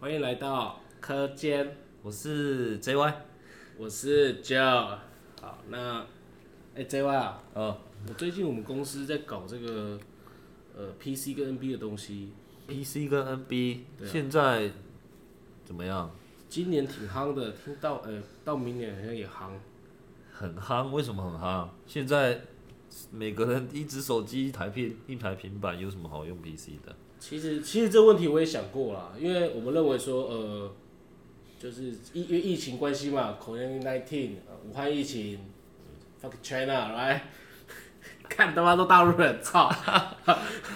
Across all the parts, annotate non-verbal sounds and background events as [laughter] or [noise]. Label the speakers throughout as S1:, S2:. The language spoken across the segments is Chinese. S1: 欢迎来到课间，
S2: 我是 JY，
S1: 我是 Joe。好，那哎、JY 啊，
S2: 哦，
S1: 我最近我们公司在搞这个呃 PC 跟 NB 的东西，
S2: PC 跟 NB、
S1: 对啊
S2: 现在怎么样？
S1: 今年挺夯的，听到呃到明年好像也夯。
S2: 很夯？为什么很夯？现在每个人一只手机、一台平一台平板，有什么好用 PC 的？
S1: 其实其实这问题我也想过啦，因为我们认为说呃就是疫因为疫情关系嘛，COVID nineteen，、呃、武汉疫情，fuck China，right？看他妈都大陆人，操！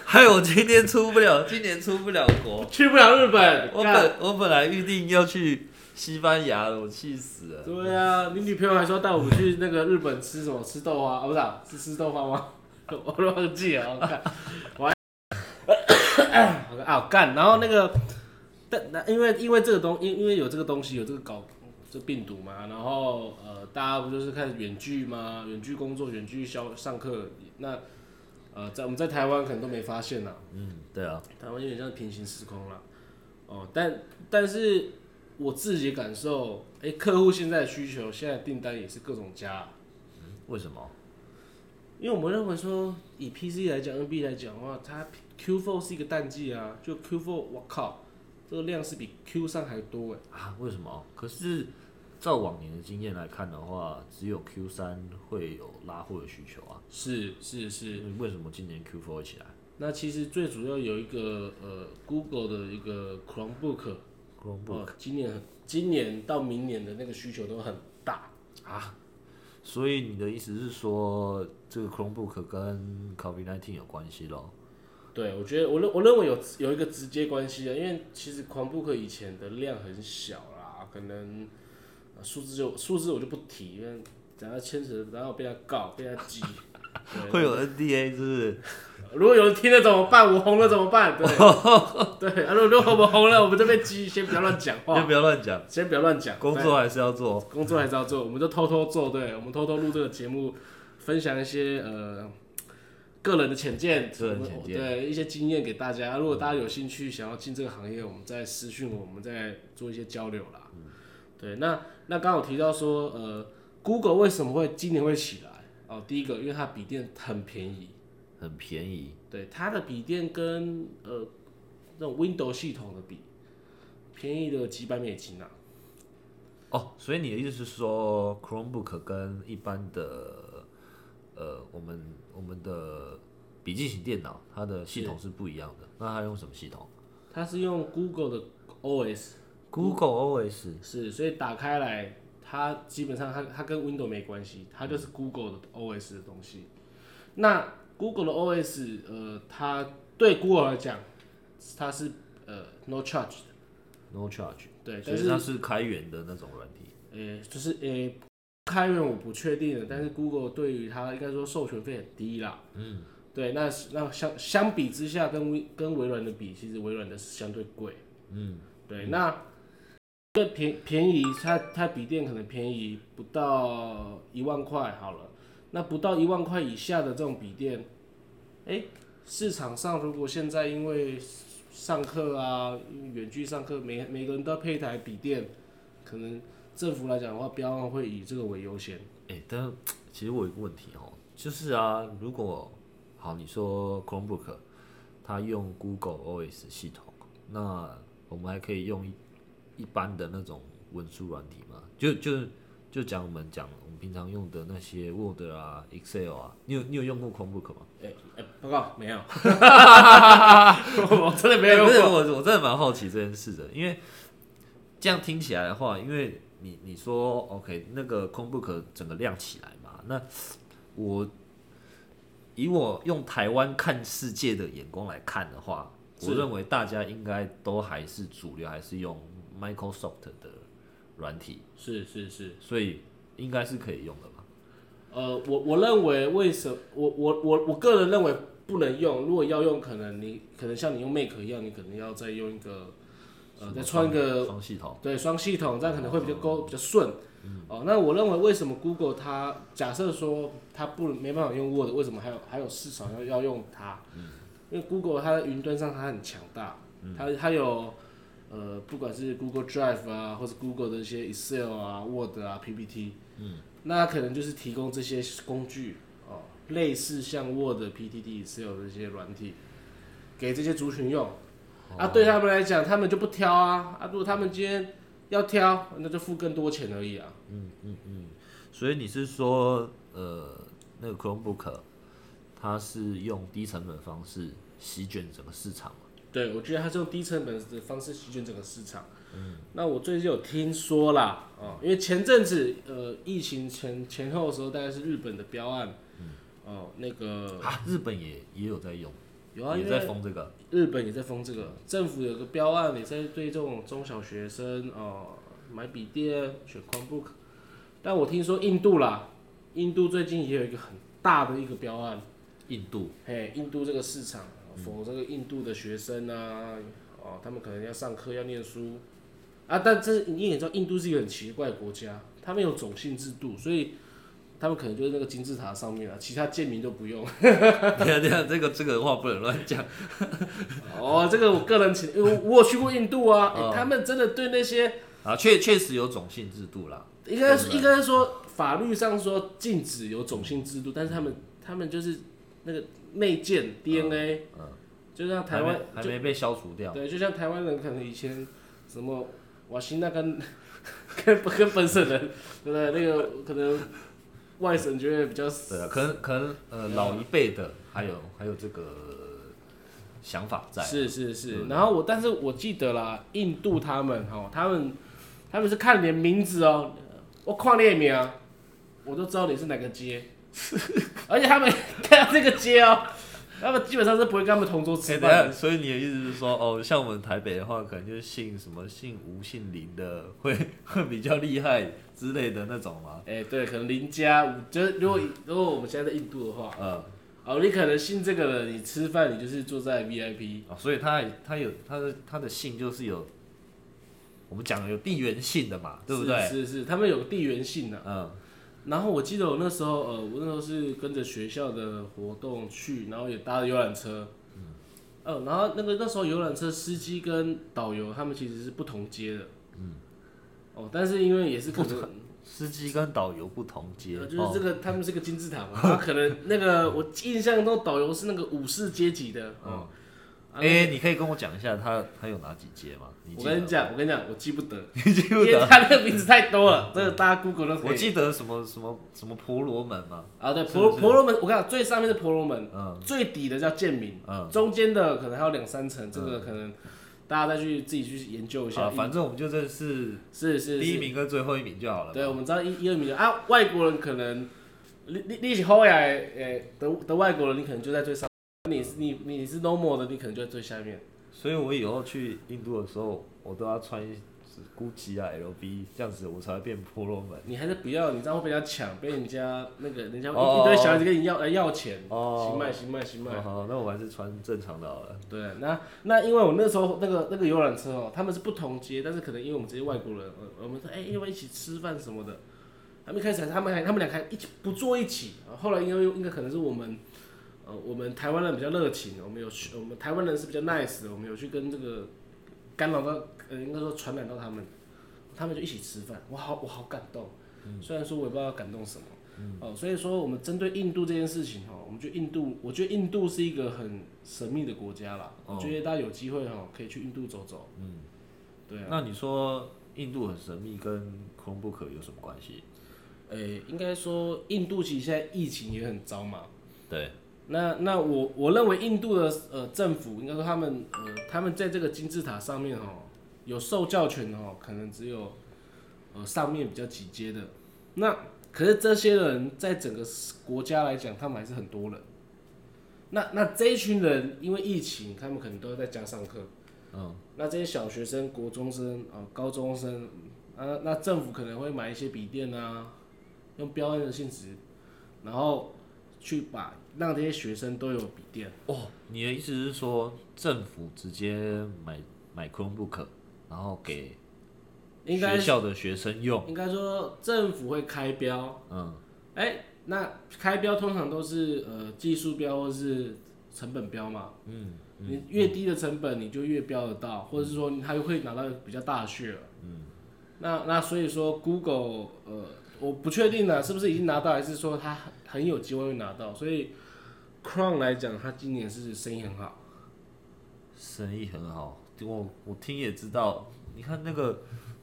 S2: 害我今天出不了， [laughs] 今年出不了国。
S1: 去不了日本，
S2: 我
S1: 干
S2: 本我本来预定要去西班牙的，我气死了。
S1: 对啊，你女朋友还说带我们去那个日本吃什么？吃豆花啊？不是、啊，是吃豆花吗？ [laughs] 我都忘记了，我看，我 [coughs] 还我看啊我干，然后那个，但那因为因为这个东，因因为有这个东西，有这个搞这病毒嘛，然后呃，大家不就是开始远距吗？远距工作，远距消上课，那呃，在我们在台湾可能都没发现呐、
S2: 嗯，对啊，
S1: 台湾有点像平行时空了，哦，但但是我自己的感受，哎、客户现在的需求，现在订单也是各种加，
S2: 为什么？
S1: 因为我们认为说，以 PC 来讲，NB 来讲的话，它 Q4 是一个淡季啊，就 Q4，我靠，这个量是比 Q 上还多哎、
S2: 啊，为什么？可是照往年的经验来看的话，只有 Q 三会有拉货的需求啊。
S1: 是是是，
S2: 为什么今年 Q4 会起来
S1: 那其实最主要有一个呃，Google 的一个 Chromebook，
S2: ？Chromebook
S1: 哦，今年很今年到明年的那个需求都很大，
S2: 啊，所以你的意思是说，这个 Chromebook 跟 COVID-19 有关系咯？
S1: 对，我觉得我认我认为有有一个直接关系啊，因为其实狂布克以前的量很小啦，可能呃数字就数字我就不提，因为等下牵扯，然后被他告，被他激。对
S2: 会有 NDA 是不是？
S1: 如果有人听了怎么办？我红了怎么办？对对，啊，如果如果我们红了，我们就被激，先不要乱讲
S2: 先
S1: 话，
S2: 不要乱讲，
S1: 先不要乱讲，
S2: 工作还是要做。
S1: 对工作还是要做，我们就偷偷做，对，我们偷偷录这个节目，分享一些呃。个人的浅见，
S2: 个人浅见嗯
S1: 对一些经验给大家。如果大家有兴趣想要进这个行业，我们再私讯我，我们再做一些交流啦。
S2: 嗯
S1: 对，那那刚好提到说，呃，Google 为什么会今年会起来？哦，第一个，因为它笔电很便宜，
S2: 很便宜，
S1: 对，它的笔电跟呃那种 Windows 系统的比，便宜了几百美金啊。
S2: 哦，所以你的意思是说，Chromebook 跟一般的，呃，我们我们的笔记型电脑，它的系统是不一样的。那它用什么系统
S1: 它是用 Google 的 OS，
S2: ？Google OS
S1: 是，所以打开来，它基本上它它跟 Windows 没关系，它就是 Google 的 OS 的东西。那 Google 的 OS，呃，它对 Google 来讲，它是呃 no charge 的，
S2: No Charge，
S1: 对，
S2: 所
S1: 但
S2: 以
S1: 是
S2: 它是开源的那种软体。
S1: 呃就是呃开源我不确定的，但是 Google 对于它应该说授权费很低啦。嗯。对，那那相相比之下，跟微跟微软的比，其实微软的是相对贵。
S2: 嗯，
S1: 对，那这便便宜，它它笔电可能便宜不到一万块好了。那不到一万块以下的这种笔电，哎、市场上如果现在因为上课啊，远距上课，每每个人都要配一台笔电，可能政府来讲的话，标案会以这个为优先。
S2: 哎、但其实我有一个问题哦，就是啊，如果好，你说 Chromebook 它用 Google OS 系统，那我们还可以用一一般的那种文书软体吗？就就就讲我们讲我们平常用的那些 Word 啊、Excel 啊，你有你有用过 Chromebook 吗？
S1: 哎、哎、报告没有， [laughs] 我真的没有
S2: [laughs] 不是
S1: 用过。
S2: 我，我真的蛮好奇这件事的，因为这样听起来的话，因为你你说 OK，那个 Chromebook 整个亮起来嘛，那我以我用台湾看世界的眼光来看的话，我
S1: 是
S2: 认为大家应该都还是主流，还是用 Microsoft 的软体，
S1: 是是是，
S2: 所以应该是可以用的吧？
S1: 呃，我我认为为什我我我我个人认为不能用，如果要用，可能你可能像你用 Make 一样，你可能要再用一个呃，再穿一个
S2: 双系统，嗯
S1: 对双系统，这样可能会比较勾比较顺。哦，那我认为为什么 Google 它假设说它不没办法用 Word，为什么还有还有市场要
S2: 嗯
S1: 要用它？因为 Google 它在云端上它很强大，它它有呃，不管是 Google Drive 啊，或者 Google 的一些 Excel 啊、Word 啊、PPT，嗯，那可能就是提供这些工具哦，类似像 Word、PPT、Excel 这些软体，给这些族群用。
S2: 哦
S1: 啊，对他们来讲，他们就不挑啊啊！如果他们今天要挑，那就付更多钱而已啊。
S2: 所以你是说，呃，那个 Chromebook 它是用低成本方式席卷整个市场嘛？
S1: 对，我觉得它是用低成本的方式席卷整个市场。嗯，那我最近有听说啦，哦，因为前阵子呃疫情前前后的时候，大概是日本的标案，
S2: 嗯
S1: 哦，那个
S2: 啊，日本也也有在用，
S1: 有啊，
S2: 也
S1: 因
S2: 在
S1: 为
S2: 封这个。
S1: 日本也在封这个，政府有个标案也在对这种中小学生哦、买笔电选 Chromebook，但我听说印度啦，印度最近也有一个很大的一个标案。
S2: 印度 [laughs]
S1: 嘿，印度这个市场，
S2: 嗯
S1: 否这个印度的学生啊，哦，他们可能要上课要念书啊，但这你也知道，印度是一个很奇怪的国家，他们有种姓制度，所以他们可能就是那个金字塔上面啊，其他贱民都不用。
S2: 对啊对啊，这个这个话不能乱讲。
S1: [laughs] 哦，这个我个人情，因为我有去过印度啊，
S2: 哦
S1: 欸他们真的对那些
S2: 啊，确确实有种姓制度啦。
S1: 应该是应该说法律上说禁止有种姓制度，但是他们他们就是那个内建 DNA，、
S2: 嗯
S1: 就像台湾
S2: 还没还
S1: 就
S2: 没被消除掉。
S1: 对，就像台湾人可能以前什么瓦西那跟 [laughs] 跟跟本省人，对不对？那个可能外省觉得比较
S2: 对啊，可能可能呃老一辈的还有还有这个想法在。嗯
S1: 是是是。然后我，但是我记得啦，印度他们哦，他们他们是看你的名字哦，我看你的名，我都知道你是哪个
S2: [laughs]
S1: 街，而且他们看到这个街哦，他们基本上是不会跟他们同桌
S2: 哎、
S1: 吃
S2: 等一
S1: 饭
S2: 下，所以你的意思是说，哦，像我们台北的话，可能就是姓什么姓吴、姓林的，会 [laughs] 会比较厉害之类的那种吗？
S1: 哎、对，可能邻家，我就是如果如果我们现在在印度的话，
S2: 呃，
S1: 哦，你可能信这个人，你吃饭你就是坐在 VIP，
S2: 哦所以他他有他的他的姓就是有，我们讲的有地缘性的嘛，对不对？
S1: 是是是，他们有地缘性的、
S2: 嗯，
S1: 然后我记得我那时候，呃，我那时候是跟着学校的活动去，然后也搭了游览车。嗯。然后那个那时候游览车司机跟导游他们其实是不同街的。嗯。哦，但是因为也是可能，
S2: 司机跟导游不同阶，
S1: 呃就
S2: 哦
S1: 是这个、他们是个金字塔嘛，他可能那个我印象中导游是那个武士阶级的。哦。啊
S2: 哎、你可以跟我讲一下他他有哪几阶吗？你
S1: 我
S2: 记得
S1: 跟你
S2: 吗，
S1: 讲，我跟你讲，我记不得，
S2: [laughs] 你记
S1: 因 [laughs]
S2: 不
S1: 为
S2: 得？
S1: 他那个名字太多了，这个大家 Google 都可以。
S2: 我记得什么什么什么婆罗门嘛，
S1: 啊，对，
S2: 是
S1: 婆
S2: 是
S1: 婆罗门，我看最上面是婆罗门，
S2: 嗯
S1: 最底的叫贱民，
S2: 嗯，
S1: 中间的可能还有两三层，这个可能大家再去自己去研究一下
S2: 啊，。反正我们就认识
S1: 是是
S2: 第一
S1: 是，
S2: 名跟最后一名就好了嘛。
S1: 对，我们知道一一二名啊，外国人可能你你你是后来诶的的外国人，你可能就在最上，你是你你是 normal 的，你可能就在最下面。
S2: 所以我以后去印度的时候，我都要穿一只 GUCCI 啊 LV，这样子我才会变婆罗门。
S1: 你还是不要，你这样会被人家抢，被人家那个人家一
S2: 哦
S1: 一堆小孩子跟你要来要钱，
S2: 哦
S1: 行卖行卖行卖
S2: 哦，。好，那我还是穿正常的好了。
S1: 对，那那因为我那时候那个那个游览车哦，他们是不同街，但是可能因为我们这些外国人，呃我们说哎、要不要一起吃饭什么的，他们一开始还他们还他们俩还一起不坐一起，呃后来因为应该可能是我们，呃，我们台湾人比较热情，我们有去，我们台湾人是比较 nice 的，我们有去跟这个干扰到，呃，应该说传染到他们，他们就一起吃饭，我好我好感动，虽然说我也不知道感动什么。哦，所以说我们针对印度这件事情哦，我们觉得印度，我觉得印度是一个很神秘的国家啦。
S2: 哦
S1: 我觉得大家有机会哦，可以去印度走走。嗯，对啊，
S2: 那你说印度很神秘，跟 Chromebook 有什么关系？
S1: 诶，应该说印度其实现在疫情也很糟嘛。
S2: 对，
S1: 那那我我认为印度的呃政府，应该说他们呃他们在这个金字塔上面哦，有受教权的哦，可能只有呃上面比较几阶的。那可是这些人在整个国家来讲，他们还是很多人。那那这一群人因为疫情，他们可能都要在家上课。
S2: 嗯，
S1: 那这些小学生、国中生、啊、高中生，啊，那政府可能会买一些笔电啊，用标案的性质，然后去把让这些学生都有笔电。
S2: 哦，你的意思是说政府直接买买 Chromebook，然后给
S1: 应该
S2: 学校的学生用？
S1: 应该说政府会开标，
S2: 嗯，
S1: 哎、那开标通常都是呃技术标或是成本标嘛，嗯，你越低的成本，你就越标得到，或者是说它会拿到比较大的 share。嗯，那那所以说 Google 呃，我不确定呢，是不是已经拿到，还是说它很很有机会会拿到。所以 Crown 来讲，它今年是生意很好。
S2: 生意很好。我我听也知道，你看那个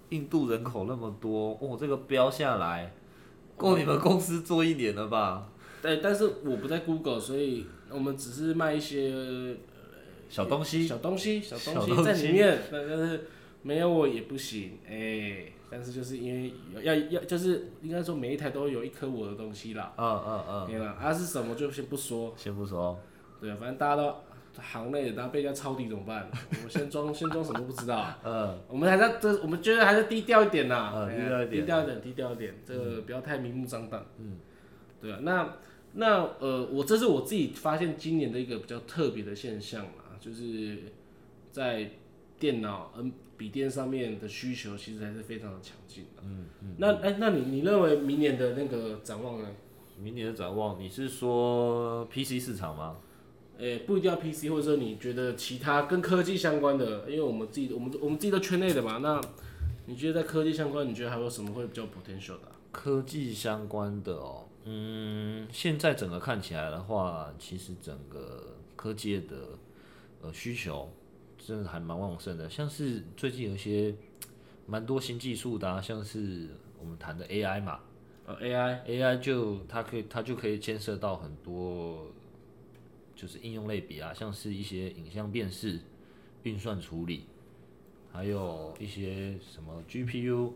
S2: 印度人口那么多，哦，这个标下来，够你们公司做一年了吧？
S1: 对，但是我不在 Google，所以我们只是卖一些
S2: 小东西，
S1: 小东西、小
S2: 小
S1: 东
S2: 东
S1: 西在
S2: 西
S1: 里面，但但是没有我也不行，哎、但是就是因为要要就是应该说每一台都有一颗我的东西啦，
S2: 嗯嗯嗯，
S1: 对啦，啊是什么就先不说，
S2: 先不说，
S1: 对，啊反正大家都行内的，大家被人家抄底怎么办？我们先装先装什么都不知 [laughs] 道，
S2: 嗯，
S1: 我们还在这，我们觉得还是低调一点啦，
S2: 嗯
S1: 哎
S2: 低调
S1: 低调一
S2: 一点
S1: 点，低调一点，这个不要太明目张胆，嗯，对啊，那那呃，我这是我自己发现今年的一个比较特别的现象啦，就是在电脑、嗯，笔电上面的需求其实还是非常的强劲的，嗯嗯，那哎、那你你认为明年的那个展望呢？
S2: 明年的展望，你是说 PC 市场吗？
S1: 诶、不一定要 PC，或者说你觉得其他跟科技相关的，因为我们自己，我们我们自己都圈内的嘛。那你觉得在科技相关，你觉得还有什么会比较 potential 的啊、
S2: 科技相关的哦，嗯，现在整个看起来的话，其实整个科技的呃需求真的还蛮旺盛的，像是最近有一些蛮多新技术的、啊，像是我们谈的 AI 嘛
S1: 呃，AI，
S2: ，AI 就它可以它就可以牵涉到很多就是应用类别啊，像是一些影像辨识、运算处理，还有一些什么 GPU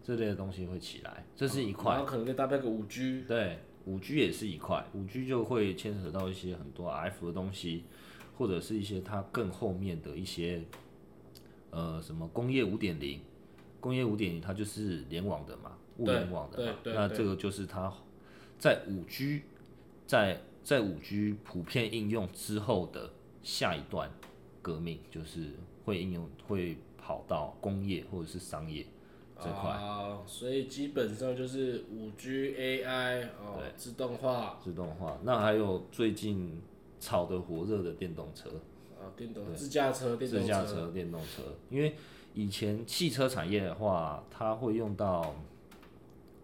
S2: 这类的东西会起来，这是一块
S1: 然。后可能再搭配个五 G，
S2: 对，五 G 也是一块，五 G 就会牵扯到一些很多 RF 的东西，或者是一些它更后面的一些，呃，什么工业五点零，工业五点零它就是联网的嘛，物
S1: 对
S2: 联网的嘛，
S1: 对对
S2: 那
S1: 对
S2: 这个就是它在五 G 在在五 G 普遍应用之后的下一段革命，就是会应用会跑到工业或者是商业这块。
S1: 啊，所以基本上就是五 G AI 哦，自动化
S2: 自动化，那还有最近炒得火热的电动车、
S1: 啊，电动自驾车、电
S2: 自
S1: 动
S2: 驾
S1: 车，
S2: 车、电动车，因为以前汽车产业的话，它会用到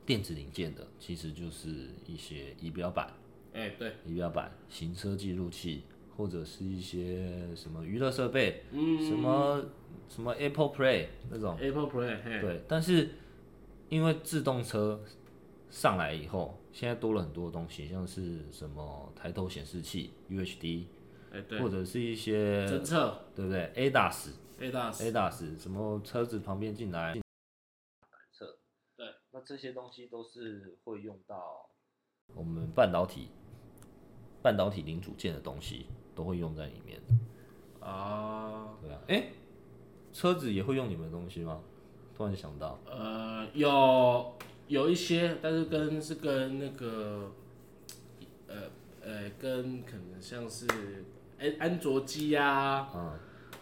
S2: 电子零件的，其实就是一些仪表板、
S1: 哎、对，
S2: 仪表板、行车记录器，或者是一些什么娱乐设备，什么什么 Apple Play 那种。
S1: 嗯 Apple Play，嘿，
S2: 对，但是因为自动车上来以后，现在多了很多东西，像是什么抬头显示器 UHD，
S1: 哎、对，
S2: 或者是一些
S1: 侦测
S2: 对不对 ADAS
S1: ADAS，
S2: ADAS 什么车子旁边进来，
S1: 对，
S2: 那这些东西都是会用到我们半导体半导体零组件的东西都会用在里面。
S1: 啊，
S2: 对啊，哎，车子也会用你们的东西吗？突然想到，
S1: 呃，有有一些，但是跟是跟那个，呃呃，跟可能像是安安卓机呀、
S2: 嗯，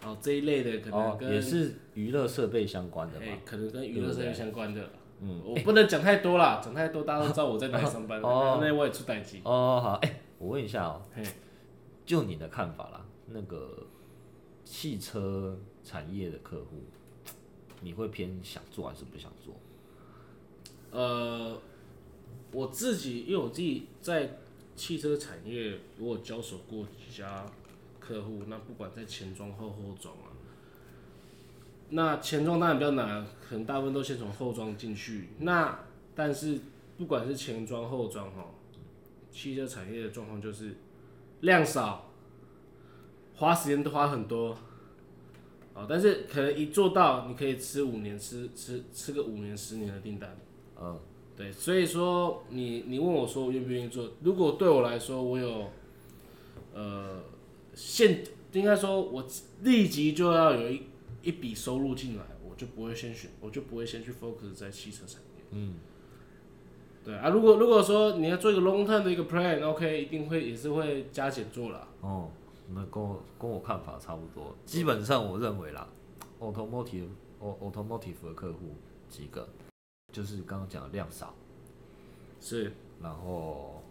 S1: 哦这一类的，可
S2: 哦
S1: 能，跟、
S2: 也是娱乐设备相关的嘛。
S1: 哎，可能跟娱乐设备相关的。
S2: 嗯，
S1: 我不能讲太多啦，讲太多大家都知道我在哪里上班，
S2: 哦
S1: 那我也出代机。
S2: 哦，好，哎、我问一下哦，
S1: 嘿，
S2: 就你的看法啦，那个汽车产业的客户，你会偏想做还是不想做？
S1: 呃，我自己因为我自己在汽车产业，我有交手过几家客户，那不管在前装后后装啊，那前装当然比较难，可能大部分都先从后装进去。那但是不管是前装后装哈，汽车产业的状况就是量少，花时间都花很多。哦，但是可能一做到，你可以吃五年，吃吃吃个五年、十年的订单。
S2: 嗯，
S1: 对，所以说你你问我说我愿不愿意做，如果对我来说我有，呃，现应该说我立即就要有一一笔收入进来，我就不会先选，我就不会先去 focus 在汽车产业。嗯，对啊，如果如果说你要做一个 long term 的一个 plan，OK，、一定会也是会加减做啦。
S2: 哦，那跟我跟我看法差不多，基本上我认为啦，automotive au- automotive 的客户几个，就是刚刚讲的量少，
S1: 是
S2: 然后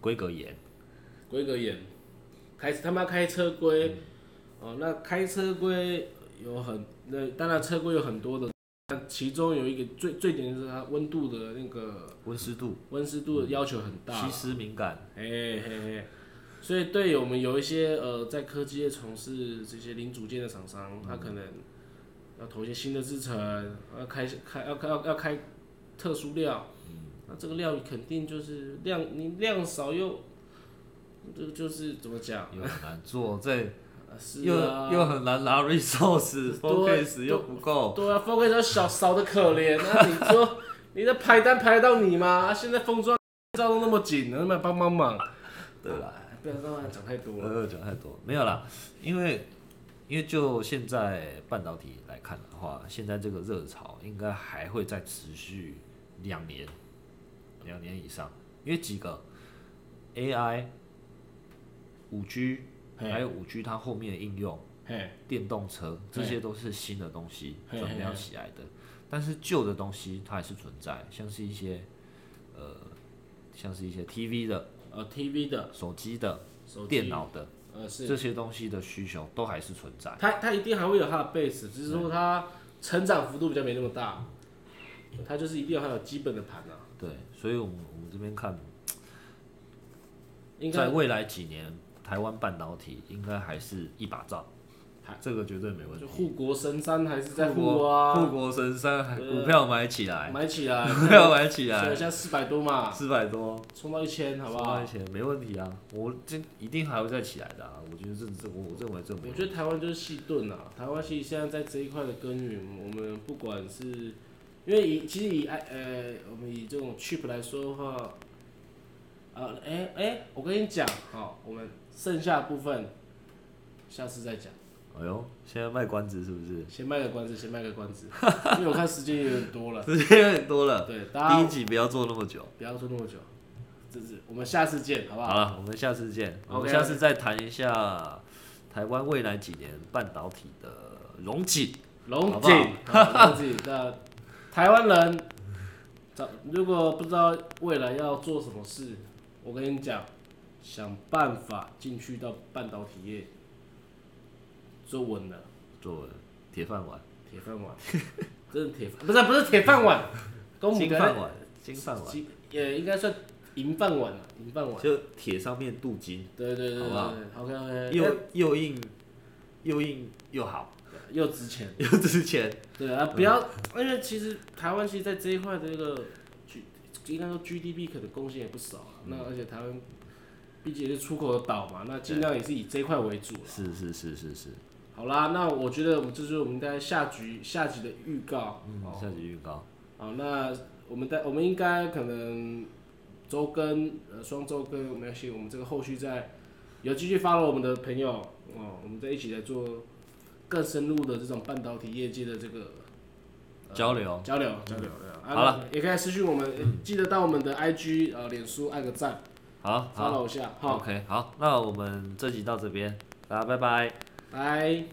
S2: 规格严，
S1: 规格严，开他们要开车规，哦，那开车规有很那当然车规有很多的，但其中有一个最最点就是它温度的那个
S2: 温湿度、
S1: 温湿度的要求很大，
S2: 吸湿敏感，
S1: 嘿嘿嘿，所以对我们有一些呃在科技业从事这些零组件的厂商，他可能要投一些新的制成，要开开要开要要开特殊料，那这个料肯定就是量你量少又，就就是怎么讲，
S2: 又很难做，这
S1: 啊是
S2: 又
S1: 啊
S2: 又很难拿 resource
S1: 对
S2: focus 又不够，
S1: 对啊，focus 要小少的可怜，那你说
S2: [laughs]
S1: 你的排单排得到你吗？啊现在封装照都那么紧，能不能帮帮忙？
S2: 对啦，
S1: 哎不要让他讲太多了，
S2: 呃，讲太多没有啦，因为因为就现在半导体来看的话，现在这个热潮应该还会再持续两年，两年以上，因为几个 AI、五 G
S1: 嘿
S2: 还有五 G 它后面的应用，
S1: 嘿，
S2: 电动车这
S1: 嘿
S2: 些都是新的东西
S1: 嘿
S2: 转变起来的，但是旧的东西它还是存在，像是一些呃，像是一些 TV 的、
S1: 呃，TV 的。
S2: 手机的、
S1: 手机
S2: 电，脑的。
S1: 呃
S2: 这
S1: 是，
S2: 些东西的需求都还是存在。
S1: 它它一定还会有它的 base，只是说它成长幅度比较没那么大，它就是一定要还有基本的盘啊，
S2: 对，所以我们我们这边看，
S1: 应该
S2: 在未来几年，台湾半导体应该还是一把照
S1: 还，
S2: 这个绝对没问
S1: 就
S2: 题。
S1: 护国神山还是在
S2: 护
S1: 护
S2: 国护
S1: 啊，
S2: 国神山，
S1: 对啊
S2: 股票买起来，
S1: 买起来，
S2: 股票买
S1: 所
S2: 起
S1: 以
S2: 来
S1: [laughs] 现，在四百多嘛，
S2: 四百多，
S1: 冲到一千好不
S2: 400
S1: 好
S2: 块？钱没问题啊，我这一定还会再起来的啊，我觉得这这我我认为这没
S1: 我
S2: 问
S1: 觉
S2: 题。
S1: 得台湾就是细盾啊，台湾其实现在在这一块的耕耘，我们不管是，因为以其实以 i 呃我们以这种 chip 来说的话，啊哎哎，我跟你讲，好，我们剩下的部分下次再讲，
S2: 哎呦，现在卖关子是
S1: [laughs]
S2: 不是？
S1: 先卖个关子，先卖个关子，因为我看时间有点多了，
S2: 时间有点多了，
S1: 对，大
S2: 第一
S1: 家
S2: 集不要做那么久。
S1: 不要拖那么久，这是我们下次见，好不
S2: 好
S1: 好？
S2: 了，我们下次见。我们
S1: OK，OK
S2: 下次再谈一下台湾未来几年半导体的荣景。好
S1: 龙
S2: 不好
S1: 井，好龙井，那台湾人，找如果不知道未来要做什么事，我跟你讲，想办法进去到半导体业，做稳了，
S2: 作文铁饭碗，
S1: 铁饭碗，真的铁饭，不是不是铁饭碗，跟我们
S2: 金
S1: 的
S2: 饭碗，金饭碗，
S1: 金也应该算银饭碗了，银饭碗，
S2: 就铁上面镀金，
S1: 对对对对
S2: 好不好
S1: ，OK OK，
S2: 又又硬又硬又好， [laughs]
S1: 又值钱。
S2: 又值钱。
S1: 对啊，不要，因为其实台湾其实在这一块的这个 G，应该说 GDP 可能贡献也不少啊。那而且台湾毕竟也是出口的岛嘛，那尽量也是以这一块为主了。
S2: 是是是是是，
S1: 好啦，那我觉得我们这就是我们在下局下集的预告。
S2: 嗯，
S1: 哦
S2: 下集预告，
S1: 好，那我们在我们应该可能周更呃双周更没关系，我们这个后续再有继续 follow 我们的朋友哦，我们再一起来做更深入的这种半导体业界的这个呃
S2: 交流，
S1: 交流交流，对啊啊
S2: 好了，嗯
S1: 也可以私讯我们，呃记得到我们的 IG 呃脸书按个赞
S2: 好好
S1: ，follow 一下，好，
S2: ，OK，好，那我们这集到这边，大家拜拜。
S1: 拜。